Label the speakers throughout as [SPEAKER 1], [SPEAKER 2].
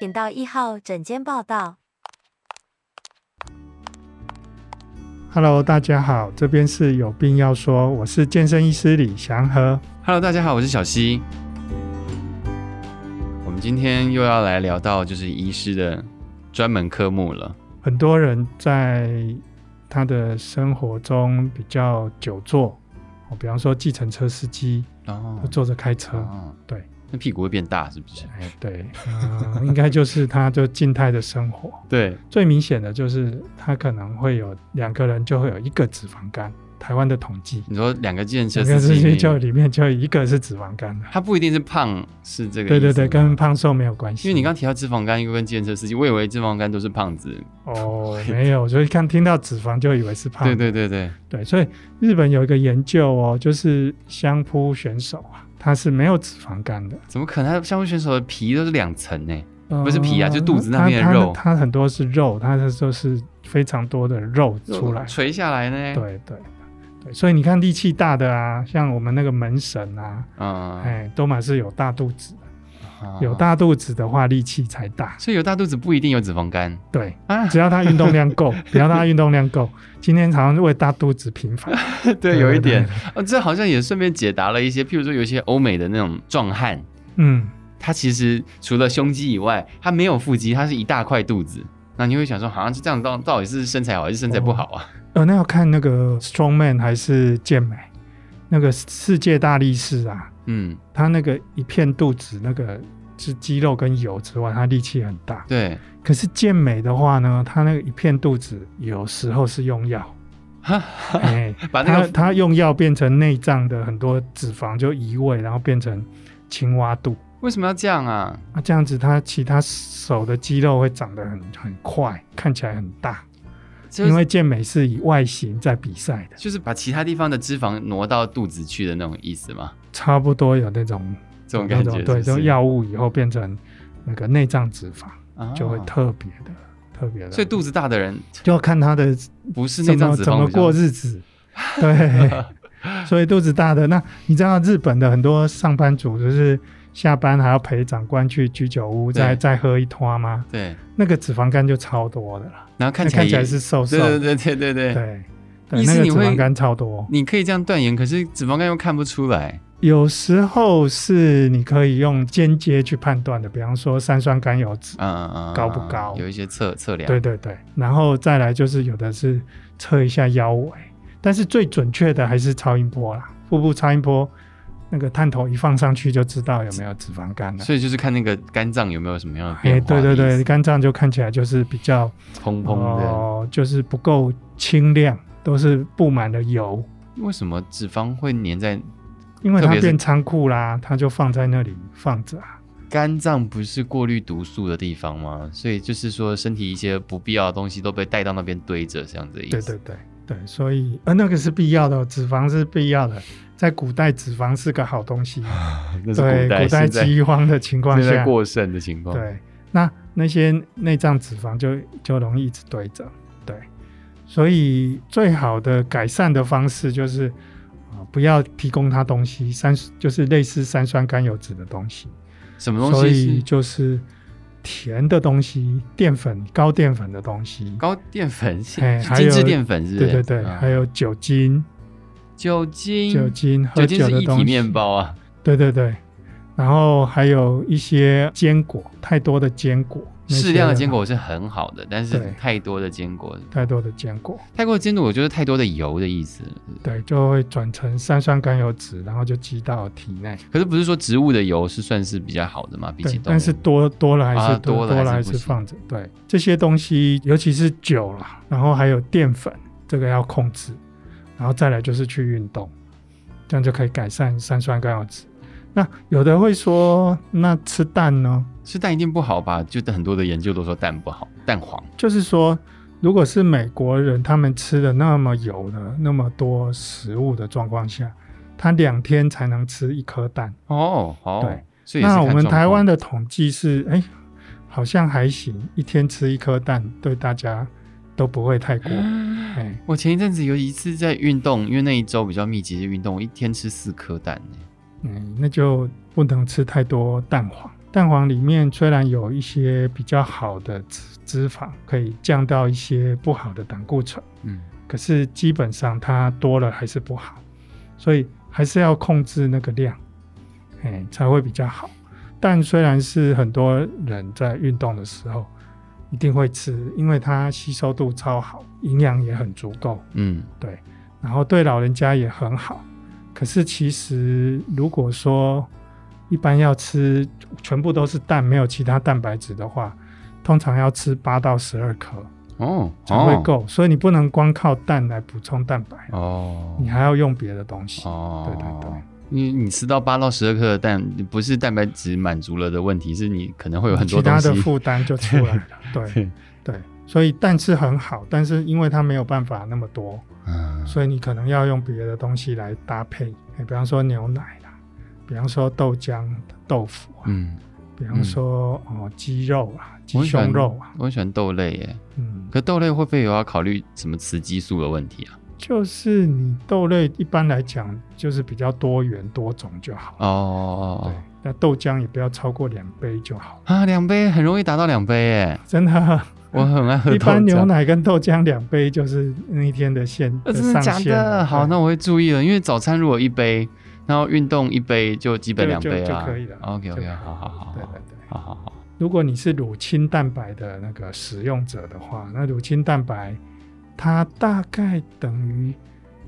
[SPEAKER 1] 请到一号诊间报到。
[SPEAKER 2] Hello，大家好，这边是有病要说，我是健身医师李祥和。
[SPEAKER 3] Hello，大家好，我是小溪。我们今天又要来聊到就是医师的专门科目了。
[SPEAKER 2] 很多人在他的生活中比较久坐，哦，比方说计程车司机
[SPEAKER 3] 哦
[SPEAKER 2] 都坐着开车，
[SPEAKER 3] 哦
[SPEAKER 2] 对，
[SPEAKER 3] 那屁股会变大是不是？
[SPEAKER 2] 哎，对，嗯，应该就是他就静态的生 活。
[SPEAKER 3] 对，
[SPEAKER 2] 最明显的就是他可能会有两个人就会有一个脂肪肝，台湾的统计，
[SPEAKER 3] 你说两个健身
[SPEAKER 2] 两个
[SPEAKER 3] 司
[SPEAKER 2] 司
[SPEAKER 3] 机
[SPEAKER 2] 机就里面就一个是脂肪肝的。
[SPEAKER 3] 他不一定是胖，是这个
[SPEAKER 2] 对对
[SPEAKER 3] 意思
[SPEAKER 2] 对，
[SPEAKER 3] 吗
[SPEAKER 2] 跟胖瘦没有关系。
[SPEAKER 3] 因为你刚提到脂肪肝又跟健身司机，我以为脂肪肝都是胖子。
[SPEAKER 2] 哦，没有，所以看听到脂肪就以为是胖。
[SPEAKER 3] 对对对对，
[SPEAKER 2] 对，所以日本有一个研究哦，就是相扑选手啊，他是没有脂肪肝的，
[SPEAKER 3] 怎么可能？他相扑选手的皮都是两层呢？
[SPEAKER 2] 呃
[SPEAKER 3] 不是皮啊就肚子那边的
[SPEAKER 2] 他他
[SPEAKER 3] 肉
[SPEAKER 2] 他很多是肉，他的就是非常多的肉出来。
[SPEAKER 3] 垂下来呢？，
[SPEAKER 2] 对对对，所以你看力气大的啊，像我们那个门神啊，
[SPEAKER 3] 嗯，
[SPEAKER 2] 哎，都满是有大肚子的，
[SPEAKER 3] 啊
[SPEAKER 2] 有，大肚子的话力气才大。
[SPEAKER 3] 所以有大肚子不一定有脂肪肝
[SPEAKER 2] 对，
[SPEAKER 3] 啊。
[SPEAKER 2] 只要他运动量 够，只要他运动量够，今天常常为大肚子平反。
[SPEAKER 3] 对，有一 点
[SPEAKER 2] 对，
[SPEAKER 3] 啊，这好像也顺便解答了一些，譬如说有一些欧美的那种壮汉，
[SPEAKER 2] 嗯，
[SPEAKER 3] 他其实除了胸肌以外，他没有腹肌，他是一大块肚子。那你会想说，好像是这样，到到底是身材好还是身材不好啊？
[SPEAKER 2] 呃，那要看那个 strongman 还是健美，那个世界大力士啊，
[SPEAKER 3] 嗯，
[SPEAKER 2] 他那个一片肚子那个是肌肉跟油之外，他力气很大。
[SPEAKER 3] 对，
[SPEAKER 2] 可是健美的话呢，他那个一片肚子有时候是用药，哎，
[SPEAKER 3] 把那
[SPEAKER 2] 他
[SPEAKER 3] 个
[SPEAKER 2] 他用药变成内脏的很多脂肪就移位，然后变成青蛙肚。
[SPEAKER 3] 为什么要这样啊？
[SPEAKER 2] 那、这样子，他其他手的肌肉会长得很很快，看起来很大，
[SPEAKER 3] 就
[SPEAKER 2] 因
[SPEAKER 3] 是
[SPEAKER 2] 为健美是以外形在比赛的，
[SPEAKER 3] 就是把其他地方的脂肪挪到肚子去的那种意思吗？
[SPEAKER 2] 差不多有那种
[SPEAKER 3] 这种感觉
[SPEAKER 2] 那
[SPEAKER 3] 是
[SPEAKER 2] 种
[SPEAKER 3] 不
[SPEAKER 2] 对，
[SPEAKER 3] 是
[SPEAKER 2] 就药物以后变成那个内脏脂肪，
[SPEAKER 3] 啊
[SPEAKER 2] 就会特别的、特别的，
[SPEAKER 3] 所以肚子大的 人
[SPEAKER 2] 就要看他的
[SPEAKER 3] 不是内
[SPEAKER 2] 怎
[SPEAKER 3] 脏
[SPEAKER 2] 么
[SPEAKER 3] 脂
[SPEAKER 2] 怎
[SPEAKER 3] 肪
[SPEAKER 2] 么
[SPEAKER 3] 比较
[SPEAKER 2] 过日子， 对，所以肚子大的那你知道日本的很多上班族就是下班还要陪长官去居酒屋再
[SPEAKER 3] 对
[SPEAKER 2] 再喝一拖吗？
[SPEAKER 3] 对，
[SPEAKER 2] 那个脂肪肝就超多的了，
[SPEAKER 3] 然后看
[SPEAKER 2] 那
[SPEAKER 3] 起来
[SPEAKER 2] 看起来
[SPEAKER 3] 也
[SPEAKER 2] 是瘦瘦的。
[SPEAKER 3] 对对对对对对，
[SPEAKER 2] 对，对，
[SPEAKER 3] 意思
[SPEAKER 2] 那个
[SPEAKER 3] 你
[SPEAKER 2] 脂
[SPEAKER 3] 会
[SPEAKER 2] 肪肝超多。
[SPEAKER 3] 你可以这样断言，可是脂肪肝又看不出来。
[SPEAKER 2] 有时候是你可以用间接去判断的，比方说三酸甘油脂，
[SPEAKER 3] 嗯嗯，
[SPEAKER 2] 高不高
[SPEAKER 3] 有一些测测量。
[SPEAKER 2] 对对对，然后再来就是有的是测一下腰围，但是最准确的还是超音波啦，腹部超音波那个探头一放上去就知道有没有脂肪肝了。
[SPEAKER 3] 所以就是看那个肝脏有没有什么样的
[SPEAKER 2] 哎，
[SPEAKER 3] 变化。
[SPEAKER 2] 对对对，，肝脏就看起来就是比较
[SPEAKER 3] 砰砰的。
[SPEAKER 2] 哦，就是不够清亮，都是布满了油，
[SPEAKER 3] 为什么脂肪会粘在
[SPEAKER 2] 因为
[SPEAKER 3] 特
[SPEAKER 2] 它
[SPEAKER 3] 别是
[SPEAKER 2] 变仓库啦，它就放在那里放着啊。
[SPEAKER 3] 肝脏？不是过滤毒素的地方吗？所以就是说，身体一些不必要的东西都被带到那边堆着，这样子的意
[SPEAKER 2] 对
[SPEAKER 3] 思。
[SPEAKER 2] 对对对，所以呃，那个是必要的哦，脂肪是必要的。在古代，脂肪是个好东 西。
[SPEAKER 3] 那是
[SPEAKER 2] 对，
[SPEAKER 3] 古代，
[SPEAKER 2] 古代
[SPEAKER 3] 现在
[SPEAKER 2] 饥荒的情况
[SPEAKER 3] 现在
[SPEAKER 2] 下，
[SPEAKER 3] 过剩的情况。，
[SPEAKER 2] 对，那那些内脏脂肪就就容易一直堆着。对，所以最好的改善的方式就是啊、不要提供它东西，三就是类似三酸甘油脂的东西。
[SPEAKER 3] 什么东
[SPEAKER 2] 所
[SPEAKER 3] 西
[SPEAKER 2] 以
[SPEAKER 3] 是
[SPEAKER 2] 就是甜的东西，淀粉、高淀粉的东西。
[SPEAKER 3] 高淀粉？是
[SPEAKER 2] 哎
[SPEAKER 3] 是
[SPEAKER 2] 还
[SPEAKER 3] 精致
[SPEAKER 2] 有
[SPEAKER 3] 淀粉是不
[SPEAKER 2] 对对
[SPEAKER 3] 是？
[SPEAKER 2] 对，
[SPEAKER 3] 嗯
[SPEAKER 2] 还有酒精，
[SPEAKER 3] 酒精，
[SPEAKER 2] 酒精、喝
[SPEAKER 3] 酒精
[SPEAKER 2] 酒
[SPEAKER 3] 是
[SPEAKER 2] 的
[SPEAKER 3] 一
[SPEAKER 2] 东西，
[SPEAKER 3] 体面包啊。
[SPEAKER 2] 对对对，然后还有一些坚果，太多的坚果，那些
[SPEAKER 3] 适量的坚果是很好的，但是
[SPEAKER 2] 对
[SPEAKER 3] 太多的坚果，
[SPEAKER 2] 太多的坚果，
[SPEAKER 3] 太过的坚果，我觉得太多的油的意思。
[SPEAKER 2] 对，就会转成三酸甘油脂，然后就积到体内。
[SPEAKER 3] 可是不是说植物的油是算是比较好的嘛？比起
[SPEAKER 2] 对，
[SPEAKER 3] 动物，
[SPEAKER 2] 但是多多了还是
[SPEAKER 3] 啊
[SPEAKER 2] 多、
[SPEAKER 3] 多了还是
[SPEAKER 2] 了还
[SPEAKER 3] 不
[SPEAKER 2] 是
[SPEAKER 3] 行
[SPEAKER 2] 放着。对，这些东西，尤其是酒啦，然后还有淀粉，这个要控制，然后再来就是去运动，这样就可以改善三酸甘油脂。那有的会说，那吃蛋呢？
[SPEAKER 3] 吃蛋一定不好吧？就很多的研究都说蛋不好，蛋黄
[SPEAKER 2] 就是说，如果是美国人他们吃的那么油的那么多食物的状况下，他两天才能吃一颗蛋。
[SPEAKER 3] 哦哦，
[SPEAKER 2] 对，
[SPEAKER 3] 所以也
[SPEAKER 2] 那
[SPEAKER 3] 是看
[SPEAKER 2] 我们
[SPEAKER 3] 状况
[SPEAKER 2] 台湾的统计是，哎、好像还行，一天吃一颗蛋，对大家都不会太过。哎、
[SPEAKER 3] 我前一阵子有一次在运动，因为那一周比较
[SPEAKER 2] 哎
[SPEAKER 3] 密集的运动，我一天吃四颗蛋呢。
[SPEAKER 2] 嗯，那就不能吃太多蛋黄。蛋黄里面虽然有一些比较好的脂脂肪，可以降到一些不好的胆固醇，
[SPEAKER 3] 嗯
[SPEAKER 2] 可是基本上它多了还是不好，所以还是要控制那个量，哎，才会比较好。但虽然是很多人在运动的时候一定会吃，因为它吸收度超好，营养也很足够，
[SPEAKER 3] 嗯
[SPEAKER 2] 对，然后对老人家也很好。可是其实如果说一般要吃全部都是蛋，没有其他蛋白质的话，通常要吃八到十二颗
[SPEAKER 3] 哦
[SPEAKER 2] 才会够，所以你不能光靠蛋来补充蛋白，
[SPEAKER 3] 哦
[SPEAKER 2] 你还要用别的东西。
[SPEAKER 3] 哦，
[SPEAKER 2] 对对对。
[SPEAKER 3] 你你吃到八到十二克的蛋，不是蛋白质满足了的问题，是你可能会有很多
[SPEAKER 2] 其
[SPEAKER 3] 东
[SPEAKER 2] 他
[SPEAKER 3] 西
[SPEAKER 2] 的负担就出来了， 对
[SPEAKER 3] 对，
[SPEAKER 2] 对，所以蛋是很好，但是因为它没有办法那么多，
[SPEAKER 3] 嗯
[SPEAKER 2] 所以你可能要用别的东西来搭配，哎比方说牛奶啦，比方说豆浆、豆腐啊，
[SPEAKER 3] 嗯，
[SPEAKER 2] 比方说、哦鸡肉啊、
[SPEAKER 3] 我
[SPEAKER 2] 鸡
[SPEAKER 3] 很喜欢
[SPEAKER 2] 胸肉啊，
[SPEAKER 3] 嗯我很喜欢豆类耶，
[SPEAKER 2] 嗯，
[SPEAKER 3] 可豆类会不会有要考虑什么雌激素的问题啊？
[SPEAKER 2] 就是你豆类一般来讲就是比较多元多种就好，对
[SPEAKER 3] 哦，，
[SPEAKER 2] 那豆浆也不要超过两杯就好，
[SPEAKER 3] 啊，两杯很容易达到两杯 耶，
[SPEAKER 2] 真的，
[SPEAKER 3] 我很 爱喝
[SPEAKER 2] 一
[SPEAKER 3] 豆
[SPEAKER 2] 般牛
[SPEAKER 3] 浆。
[SPEAKER 2] 奶跟豆浆两杯就是那一天的限，
[SPEAKER 3] 呃，真的
[SPEAKER 2] 上
[SPEAKER 3] 假
[SPEAKER 2] 限了
[SPEAKER 3] 的？好，
[SPEAKER 2] 对
[SPEAKER 3] 那我会注意了，因为早餐如果一杯，然后运动一杯，就基本
[SPEAKER 2] 就
[SPEAKER 3] 两
[SPEAKER 2] 就
[SPEAKER 3] 杯
[SPEAKER 2] 就
[SPEAKER 3] 啊，
[SPEAKER 2] 可以了
[SPEAKER 3] OK
[SPEAKER 2] 就可
[SPEAKER 3] OK，
[SPEAKER 2] 以
[SPEAKER 3] 好好好
[SPEAKER 2] 对对
[SPEAKER 3] 好
[SPEAKER 2] 对。
[SPEAKER 3] 好好好，
[SPEAKER 2] 如果你是乳清蛋白的那个使用者的话，那乳清蛋白它大概等于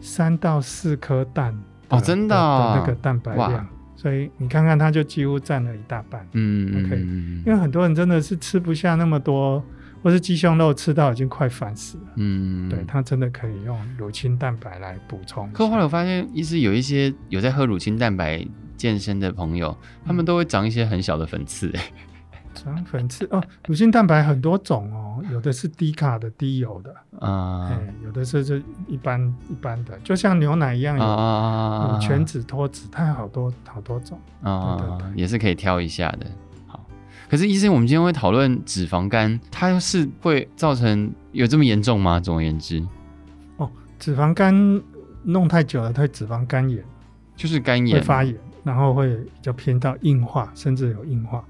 [SPEAKER 2] 三到四颗蛋
[SPEAKER 3] 哦真的哦
[SPEAKER 2] 那个蛋白
[SPEAKER 3] 哇
[SPEAKER 2] 量，所以你看看它就几乎占了一大半。
[SPEAKER 3] 嗯嗯
[SPEAKER 2] OK
[SPEAKER 3] 嗯
[SPEAKER 2] 因为很多人真的是吃不下那么多，或是鸡胸肉吃到已经快烦死了。
[SPEAKER 3] 嗯，
[SPEAKER 2] 对，它真的可以用乳清蛋白来补充一下。
[SPEAKER 3] 可后来我发现，一直有一些有在喝乳清蛋白健身的朋友，他
[SPEAKER 2] 嗯
[SPEAKER 3] 们都会长一些很小的粉刺、欸。
[SPEAKER 2] 长粉刺哦，乳清蛋白很多种哦，有的是低卡的、低油的，
[SPEAKER 3] 啊
[SPEAKER 2] 哎，有的是是一般一般的，就像牛奶一样
[SPEAKER 3] 啊
[SPEAKER 2] 有、
[SPEAKER 3] 啊
[SPEAKER 2] 有全脂、脱脂，它有好多好多种。对
[SPEAKER 3] 啊
[SPEAKER 2] 对，对
[SPEAKER 3] 也是可以挑一下的。好，可是医生，我们今天会讨论脂肪肝，它是会造成有这么严重吗？总而言之，
[SPEAKER 2] 脂肪肝弄太久了，它会脂肪肝炎
[SPEAKER 3] 就是肝炎
[SPEAKER 2] 会发炎，然后会比较偏到硬化，甚至有硬化，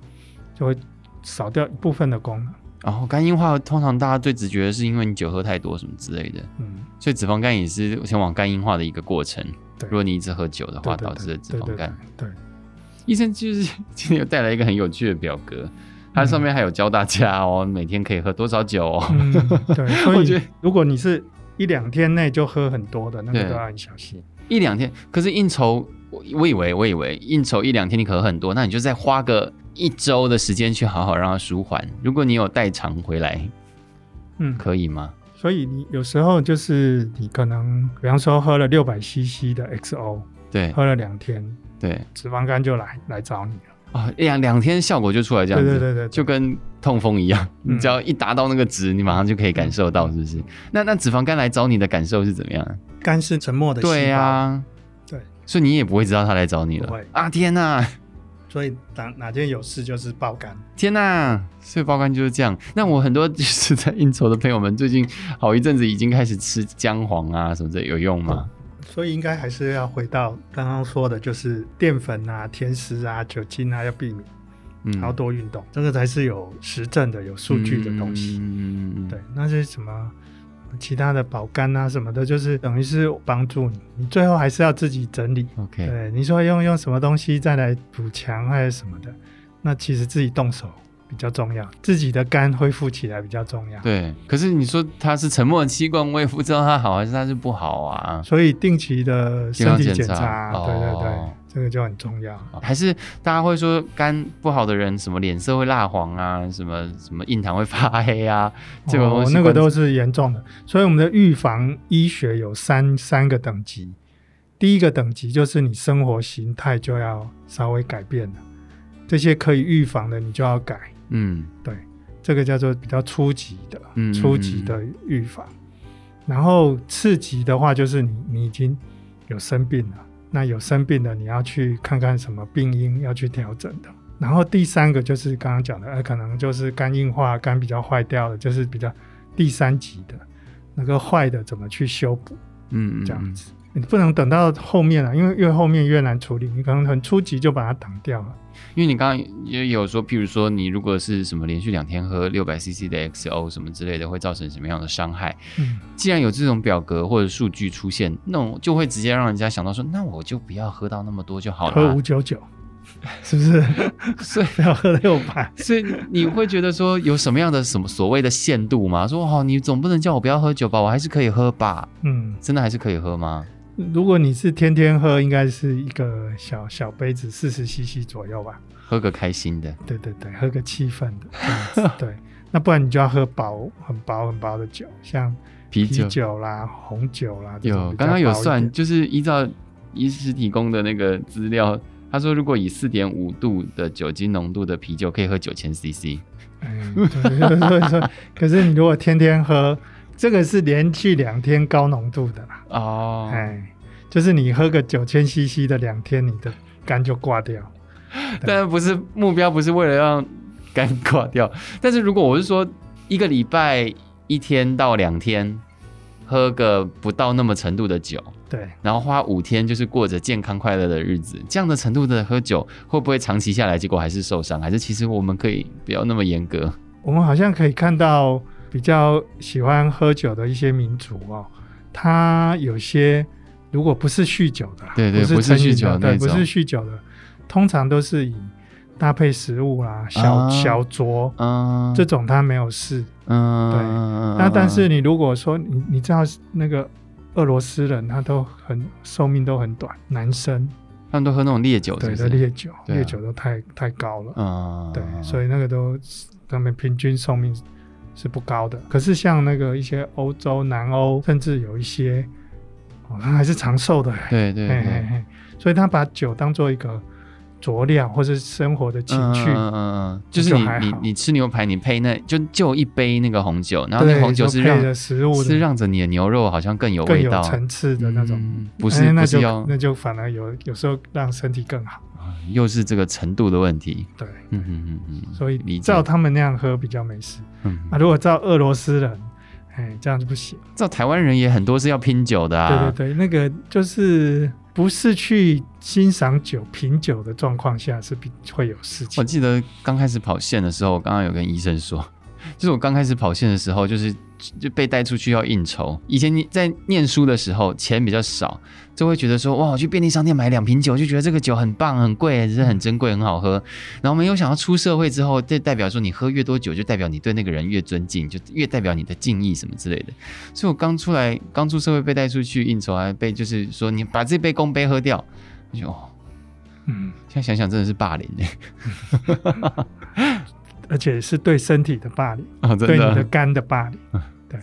[SPEAKER 2] 就会少掉一部分的功能。
[SPEAKER 3] 然后肝硬化通常大家最直觉的是因为你酒喝太多什么之类的，
[SPEAKER 2] 嗯，
[SPEAKER 3] 所以脂肪肝也是前往肝硬化的一个过程。
[SPEAKER 2] 对
[SPEAKER 3] 如果你一直喝酒的
[SPEAKER 2] 对
[SPEAKER 3] 话，
[SPEAKER 2] 对
[SPEAKER 3] 导致
[SPEAKER 2] 对
[SPEAKER 3] 的脂肪
[SPEAKER 2] 对
[SPEAKER 3] 肝。
[SPEAKER 2] 对对
[SPEAKER 3] 医生就是今天有带来一个很有趣的表格，它上面还有教大家哦，每天可以喝多少酒哦。
[SPEAKER 2] 嗯，对，
[SPEAKER 3] 我
[SPEAKER 2] 所
[SPEAKER 3] 觉
[SPEAKER 2] 以
[SPEAKER 3] 得
[SPEAKER 2] 如果你是一两天内就喝很多的，那个
[SPEAKER 3] 对
[SPEAKER 2] 都要很小心。
[SPEAKER 3] 一两天，可是应酬，我我以为我以为应酬一两天你可喝很多，那你就再花个一周的时间去好好让它舒缓。如果你有代偿回来，
[SPEAKER 2] 嗯，
[SPEAKER 3] 可以吗？
[SPEAKER 2] 所以你有时候就是你可能，比方说喝了六百 CC 的 XO，
[SPEAKER 3] 对
[SPEAKER 2] 喝了两天，
[SPEAKER 3] 对
[SPEAKER 2] 脂肪肝就来来找你了。
[SPEAKER 3] 哦，一两两天效果就出来这样
[SPEAKER 2] 对
[SPEAKER 3] 子，
[SPEAKER 2] 对对对，
[SPEAKER 3] 就跟痛风一样，
[SPEAKER 2] 嗯
[SPEAKER 3] 你只要一达到那个值，你马上就可以感受到，是不是？那那脂肪肝来找你的感受是怎么样？
[SPEAKER 2] 肝是沉默的细胞，
[SPEAKER 3] 对呀、啊
[SPEAKER 2] 对，
[SPEAKER 3] 所以你也不会知道他来找你
[SPEAKER 2] 不
[SPEAKER 3] 了
[SPEAKER 2] 会
[SPEAKER 3] 啊！天呐，
[SPEAKER 2] 所以哪哪天有事就是爆肝。
[SPEAKER 3] 天呐，所以包干就是这样。那我很多就是在应酬的朋友们，最近好一阵子已经开始吃姜黄啊什么的，有用
[SPEAKER 2] 哦
[SPEAKER 3] 吗？
[SPEAKER 2] 所以应该还是要回到刚刚说的，就是淀粉啊、甜食啊、酒精啊要避免，
[SPEAKER 3] 嗯
[SPEAKER 2] 然后多运动，这个才是有实证的、有数据的东西。
[SPEAKER 3] 嗯，嗯
[SPEAKER 2] 对，，那些什么其他的保肝啊什么的，就是等于是帮助你，你最后还是要自己整理。
[SPEAKER 3] 嗯 OK，
[SPEAKER 2] 对，你说用用什么东西再来补强还是什么的，那其实自己动手比较重要，自己的肝恢复起来比较重要。
[SPEAKER 3] 对。可是你说他是沉默期冠，我也不知道他好还是他是不好啊。
[SPEAKER 2] 所以定期的身体
[SPEAKER 3] 健
[SPEAKER 2] 检
[SPEAKER 3] 康检
[SPEAKER 2] 查，
[SPEAKER 3] 查
[SPEAKER 2] 对对对，
[SPEAKER 3] 哦
[SPEAKER 2] 这个就很重要。
[SPEAKER 3] 还是大家会说肝不好的人，什么脸色会蜡黄啊，什么什么印堂会发黑啊，这个东
[SPEAKER 2] 哦
[SPEAKER 3] 西、、
[SPEAKER 2] 那个都是严重的，所以我们的预防医学有三三个等级。第一个等级就是你生活形态就要稍微改变了，这些可以预防的你就要改，
[SPEAKER 3] 嗯
[SPEAKER 2] 这个叫做比较初级的，
[SPEAKER 3] 嗯
[SPEAKER 2] 初级的预防。然后次级的话，就是你你已经有生病了，那有生病的你要去看看什么病因，要去调整的。然后第三个就是刚刚讲的，呃，可能就是肝硬化、肝比较坏掉了，就是比较第三级的那个坏的怎么去修补
[SPEAKER 3] 嗯嗯
[SPEAKER 2] 这样
[SPEAKER 3] 嗯
[SPEAKER 2] 子。你不能等到后面了、因为越后面越难处理，你可能很初级就把它挡掉了。
[SPEAKER 3] 因为你刚刚也有说，譬如说你如果是什么连续两天喝六百 CC 的 XO 什么之类的，会造成什么样的伤害？
[SPEAKER 2] 嗯，
[SPEAKER 3] 既然有这种表格或者数据出现，那我就会直接让人家想到说，那我就不要喝到那么多就好
[SPEAKER 2] 喝
[SPEAKER 3] 了
[SPEAKER 2] 五。九九，是不是？
[SPEAKER 3] 所以，
[SPEAKER 2] 不要喝六百。
[SPEAKER 3] 所以你会觉得说有什么样的什么所谓的限度吗？说哦，你总不能叫我不要喝酒吧？我还是可以喝吧？
[SPEAKER 2] 嗯，
[SPEAKER 3] 真的还是可以喝吗？
[SPEAKER 2] 如果你是天天喝，应该是一个小小杯子，四十 CC 左右吧。
[SPEAKER 3] 喝个开心的，
[SPEAKER 2] 对对对，喝个气氛的这样 子对，那不然你就要喝薄、很薄、很薄的酒，像
[SPEAKER 3] 啤酒
[SPEAKER 2] 啦、红酒啦。这种
[SPEAKER 3] 有
[SPEAKER 2] 比较
[SPEAKER 3] 刚刚有
[SPEAKER 2] 薄一
[SPEAKER 3] 算，
[SPEAKER 2] 点，
[SPEAKER 3] 就是依照医师提供的那个资料，他说如果以四点五度的酒精浓度的啤酒可以喝九千 CC，
[SPEAKER 2] 嗯，对，所以说，可是你如果天天喝，这个是连续两天高浓度的啦。
[SPEAKER 3] 哦，
[SPEAKER 2] 哎，就是你喝个九千 CC 的两天，你的肝就挂掉。
[SPEAKER 3] 但不是目标，不是为了让肝 挂掉。但是如果我是说一个礼拜一天到两天喝个不到那么程度的酒，
[SPEAKER 2] 对，
[SPEAKER 3] 然后花五天就是过着健康快乐的日子，这样的程度的喝酒，会不会长期下来结果还是受伤？还是其实我们可以不要那么严格？
[SPEAKER 2] 我们好像可以看到比较喜欢喝酒的一些民族哦，他有些如果不是酗酒的啦，
[SPEAKER 3] 对对
[SPEAKER 2] 不
[SPEAKER 3] 不是
[SPEAKER 2] 成瘾
[SPEAKER 3] 酗酒
[SPEAKER 2] 的，
[SPEAKER 3] 的
[SPEAKER 2] 对，
[SPEAKER 3] 那
[SPEAKER 2] 不
[SPEAKER 3] 种
[SPEAKER 2] 是酗酒的，通常都是以搭配食物啦、小、
[SPEAKER 3] 啊
[SPEAKER 2] 小酌
[SPEAKER 3] 嗯，
[SPEAKER 2] 这种他没有事。
[SPEAKER 3] 嗯，
[SPEAKER 2] 对
[SPEAKER 3] 嗯
[SPEAKER 2] 那但是你如果说你你知道那个俄罗斯人，他都很寿命都很短，男生
[SPEAKER 3] 他们都喝那种烈酒，是
[SPEAKER 2] 对
[SPEAKER 3] 不
[SPEAKER 2] 的
[SPEAKER 3] 是？
[SPEAKER 2] 烈酒，
[SPEAKER 3] 对啊
[SPEAKER 2] 烈酒都太太高了。
[SPEAKER 3] 嗯，
[SPEAKER 2] 对，所以那个都他们平均寿命是不高的。可是像那个一些欧洲、南欧，甚至有一些，哦，他还是长寿的。
[SPEAKER 3] 对对
[SPEAKER 2] 嘿嘿
[SPEAKER 3] 对，
[SPEAKER 2] 嘿，所以他把酒当做一个佐料或是生活的情趣。
[SPEAKER 3] 嗯嗯嗯，就是
[SPEAKER 2] 就
[SPEAKER 3] 你
[SPEAKER 2] 还
[SPEAKER 3] 你
[SPEAKER 2] 好
[SPEAKER 3] 你吃牛排，你配那就就一杯那个红酒，然后那
[SPEAKER 2] 对，
[SPEAKER 3] 个红酒
[SPEAKER 2] 就是配
[SPEAKER 3] 让
[SPEAKER 2] 着食物
[SPEAKER 3] 是
[SPEAKER 2] 的
[SPEAKER 3] 让着你的牛肉好像更有
[SPEAKER 2] 更
[SPEAKER 3] 味
[SPEAKER 2] 有
[SPEAKER 3] 道，
[SPEAKER 2] 层次的那种。
[SPEAKER 3] 嗯不是、
[SPEAKER 2] 哎那
[SPEAKER 3] 不是
[SPEAKER 2] 就
[SPEAKER 3] 要
[SPEAKER 2] 那就反而有有时候让身体更好。
[SPEAKER 3] 又是这个程度的问题。
[SPEAKER 2] 对，
[SPEAKER 3] 嗯嗯嗯嗯，
[SPEAKER 2] 所以
[SPEAKER 3] 理解
[SPEAKER 2] 照他们那样喝比较没事。
[SPEAKER 3] 嗯
[SPEAKER 2] 啊，如果照俄罗斯人，哎，这样就不行。
[SPEAKER 3] 照台湾人也很多是要拼酒的啊，
[SPEAKER 2] 对对对，那个就是不是去欣赏酒、品酒的状况下是比会有事
[SPEAKER 3] 我
[SPEAKER 2] 情。
[SPEAKER 3] 记得刚开始跑线的时候，我刚刚有跟医生说， 就是我刚开始跑线的时候，就是就被带出去要应酬。以前你在念书的时候，钱比较少，就会觉得说，哇，我去便利商店买两瓶酒，就觉得这个酒很棒、很贵，只是很珍贵、很好喝。然后没有想到出社会之后，这代表说你喝越多酒，就代表你对那个人越尊敬，就越代表你的敬意什么之类的。所以我刚出来，刚出社会被带出去应酬，还被就是说你把这杯公杯喝掉，我就哦，
[SPEAKER 2] 嗯，
[SPEAKER 3] 现在想想真的是霸凌 哎、
[SPEAKER 2] 而且是对身体的霸凌，
[SPEAKER 3] 啊、真
[SPEAKER 2] 对你的
[SPEAKER 3] 的，
[SPEAKER 2] 肝的霸凌。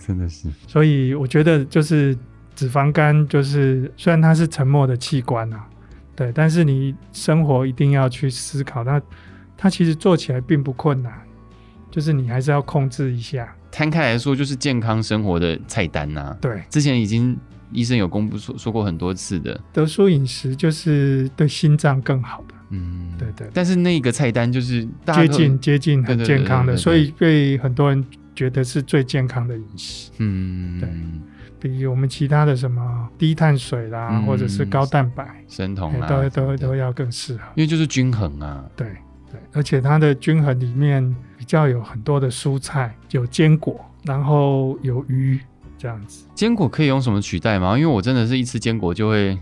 [SPEAKER 3] 真的是。
[SPEAKER 2] 所以我觉得就是脂肪肝，就是虽然它是沉默的器官啊，对，但是你生活一定要去思考它，它其实做起来并不困难，就是你还是要控制一下。
[SPEAKER 3] 摊开来说，就是健康生活的菜单呐、
[SPEAKER 2] 对，
[SPEAKER 3] 之前已经医生有公布说说过很多次的，
[SPEAKER 2] 德叔饮食就是对心脏更好的。
[SPEAKER 3] 嗯，
[SPEAKER 2] 对对
[SPEAKER 3] 但是那个菜单就是大家
[SPEAKER 2] 接
[SPEAKER 3] 都
[SPEAKER 2] 近，接近
[SPEAKER 3] 对
[SPEAKER 2] 很
[SPEAKER 3] 对对
[SPEAKER 2] 健康的，
[SPEAKER 3] 对对对
[SPEAKER 2] 所以被很多人觉得是最健康的饮食，对
[SPEAKER 3] 嗯，
[SPEAKER 2] 比我们其他的什么低碳水啦，
[SPEAKER 3] 嗯
[SPEAKER 2] 或者是高蛋白，
[SPEAKER 3] 生酮
[SPEAKER 2] 哎
[SPEAKER 3] 啊，
[SPEAKER 2] 都
[SPEAKER 3] 什么
[SPEAKER 2] 都
[SPEAKER 3] 的
[SPEAKER 2] 都要更适合。
[SPEAKER 3] 因为就是均衡啊，
[SPEAKER 2] 对对，而且它的均衡里面比较有很多的蔬菜，有坚果，然后有鱼这样子。
[SPEAKER 3] 坚果可以用什么取代吗？因为我真的是一吃坚果就会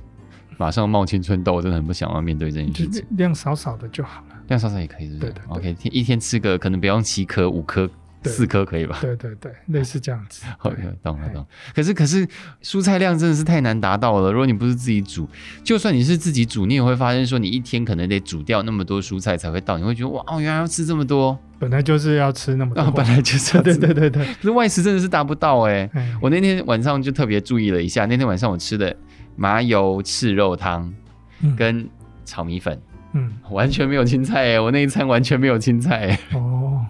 [SPEAKER 3] 马上冒青春痘，真的很不想要面对这件
[SPEAKER 2] 就
[SPEAKER 3] 事情。
[SPEAKER 2] 量少少的就好了。
[SPEAKER 3] 量少少也可以，是不是
[SPEAKER 2] 对对对
[SPEAKER 3] o k 一天吃个可能不用七颗、五颗、
[SPEAKER 2] 对
[SPEAKER 3] 四颗可以吧？
[SPEAKER 2] 对对对，类似这样 子。
[SPEAKER 3] OK，懂了
[SPEAKER 2] 哎
[SPEAKER 3] 懂了。可是可是蔬菜量真的是太难达到了。如果你不是自己煮，就算你是自己煮，你也会发现说你一天可能得煮掉那么多蔬菜才会到，你会觉得哇哦，原来要吃这么多。
[SPEAKER 2] 本来就是要吃那么
[SPEAKER 3] 那、
[SPEAKER 2] 多，
[SPEAKER 3] 啊本来就是
[SPEAKER 2] 对对对对，
[SPEAKER 3] 可是外食真的是达不到哎、
[SPEAKER 2] 哎
[SPEAKER 3] 我那天晚上就特别注意了一下，那天晚上我吃的麻油赤肉汤
[SPEAKER 2] 嗯
[SPEAKER 3] 跟炒米粉，
[SPEAKER 2] 嗯
[SPEAKER 3] 完全没有青菜哎、我那一餐完全没有青菜、欸。
[SPEAKER 2] 哦，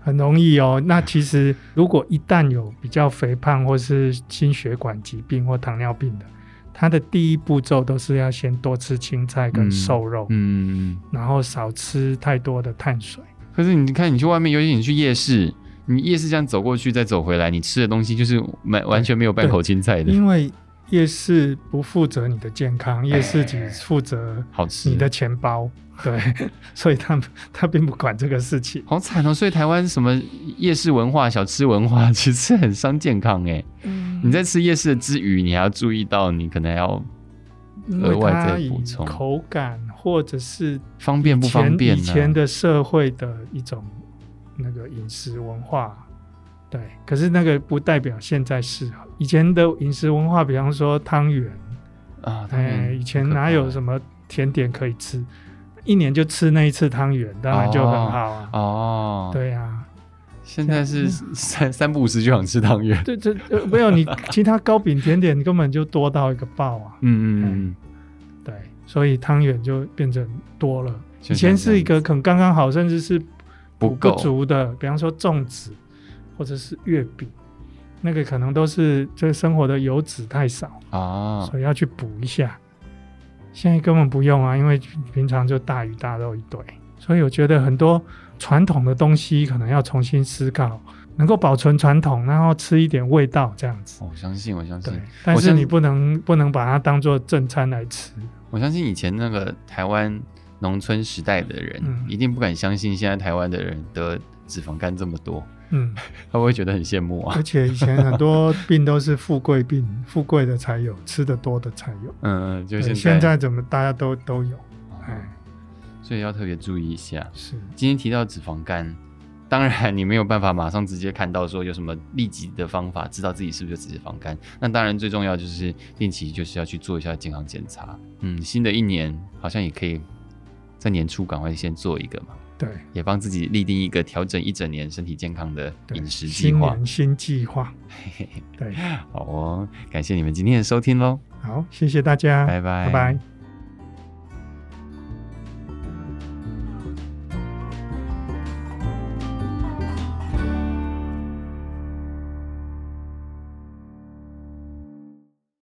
[SPEAKER 2] 很容易哦。那其实如果一旦有比较肥胖或是心血管疾病或糖尿病的，它的第一步骤都是要先多吃青菜跟瘦肉，
[SPEAKER 3] 嗯，
[SPEAKER 2] 然后少吃太多的碳水。
[SPEAKER 3] 可是你看，你去外面，尤其你去夜市，你夜市这样走过去再走回来，你吃的东西就是完完全没有半口青菜的。
[SPEAKER 2] 因为夜市不负责你的健康，夜市只负责
[SPEAKER 3] 好吃
[SPEAKER 2] 你的钱包。对，所以他们他并不管这个事情。
[SPEAKER 3] 好惨哦！所以台湾什么夜市文化、小吃文化，其实很伤健康哎。
[SPEAKER 1] 嗯
[SPEAKER 3] 你在吃夜市的之余，你还要注意到，你可能还要
[SPEAKER 2] 因为
[SPEAKER 3] 额外
[SPEAKER 2] 它
[SPEAKER 3] 再
[SPEAKER 2] 以
[SPEAKER 3] 补充
[SPEAKER 2] 口感或者是
[SPEAKER 3] 方便不
[SPEAKER 2] 前
[SPEAKER 3] 方便啊
[SPEAKER 2] 以
[SPEAKER 3] 呢、
[SPEAKER 2] 前的社会的一种那个饮食文化，对，可是那个不代表现在适合。以前的饮食文化，比方说汤圆，
[SPEAKER 3] 啊，当然
[SPEAKER 2] 哎，以前
[SPEAKER 3] 很可
[SPEAKER 2] 哪
[SPEAKER 3] 怕
[SPEAKER 2] 有什么甜点可以吃？一年就吃那一次汤圆，当然就很好啊。
[SPEAKER 3] 哦？，
[SPEAKER 2] 对啊，
[SPEAKER 3] 现在是三三不五时就想吃汤圆。
[SPEAKER 2] 这这呃没有你其他糕饼甜点根本就多到一个爆啊。
[SPEAKER 3] 嗯嗯嗯，
[SPEAKER 2] 对，所以汤圆就变成多了。
[SPEAKER 3] 就
[SPEAKER 2] 以前
[SPEAKER 3] 像这
[SPEAKER 2] 是一
[SPEAKER 3] 样
[SPEAKER 2] 个可能刚刚好，甚至是补
[SPEAKER 3] 不
[SPEAKER 2] 不
[SPEAKER 3] 够
[SPEAKER 2] 足的，比方说粽子或者是月饼，那个可能都是这生活的油脂太少，
[SPEAKER 3] 啊，
[SPEAKER 2] 所以要去补一下。现在根本不用啊，因为平常就大鱼大肉一堆，所以我觉得很多传统的东西可能要重新思考，能够保存传统，然后吃一点味道这样子。
[SPEAKER 3] 我相信，我相
[SPEAKER 2] 对
[SPEAKER 3] 信，，
[SPEAKER 2] 但
[SPEAKER 3] 我
[SPEAKER 2] 是
[SPEAKER 3] 相
[SPEAKER 2] 你不能不能把它当做正餐来吃。
[SPEAKER 3] 我相信以前那个台湾农村时代的人，
[SPEAKER 2] 嗯
[SPEAKER 3] 一定不敢相信现在台湾的人得脂肪肝这么多，
[SPEAKER 2] 嗯，
[SPEAKER 3] 他们会觉得很羡慕啊
[SPEAKER 2] 而。且以前很多病都是富贵病，富贵的才有，吃的多的才有。
[SPEAKER 3] 嗯，嗯，就
[SPEAKER 2] 对
[SPEAKER 3] 现在，哦
[SPEAKER 2] 现在怎么大家都都有？哎，
[SPEAKER 3] 所以要特别注意一下。
[SPEAKER 2] 是
[SPEAKER 3] 今天提到脂肪肝，当然你没有办法马上直接看到说有什么立即的方法知道自己是不是有脂肪肝。那当然最重要就是定期就是要去做一下健康检查。嗯，新的一年好像也可以在年初赶快先做一个嘛，
[SPEAKER 2] 对。
[SPEAKER 3] 也帮自己立定一个调整一整年身体健康的
[SPEAKER 2] 对
[SPEAKER 3] 饮食计
[SPEAKER 2] 新
[SPEAKER 3] 划。
[SPEAKER 2] 年新计划，对，
[SPEAKER 3] 好哦，感谢你们今天的收听喽，
[SPEAKER 2] 好，谢谢大家，
[SPEAKER 3] 拜拜
[SPEAKER 2] 拜拜。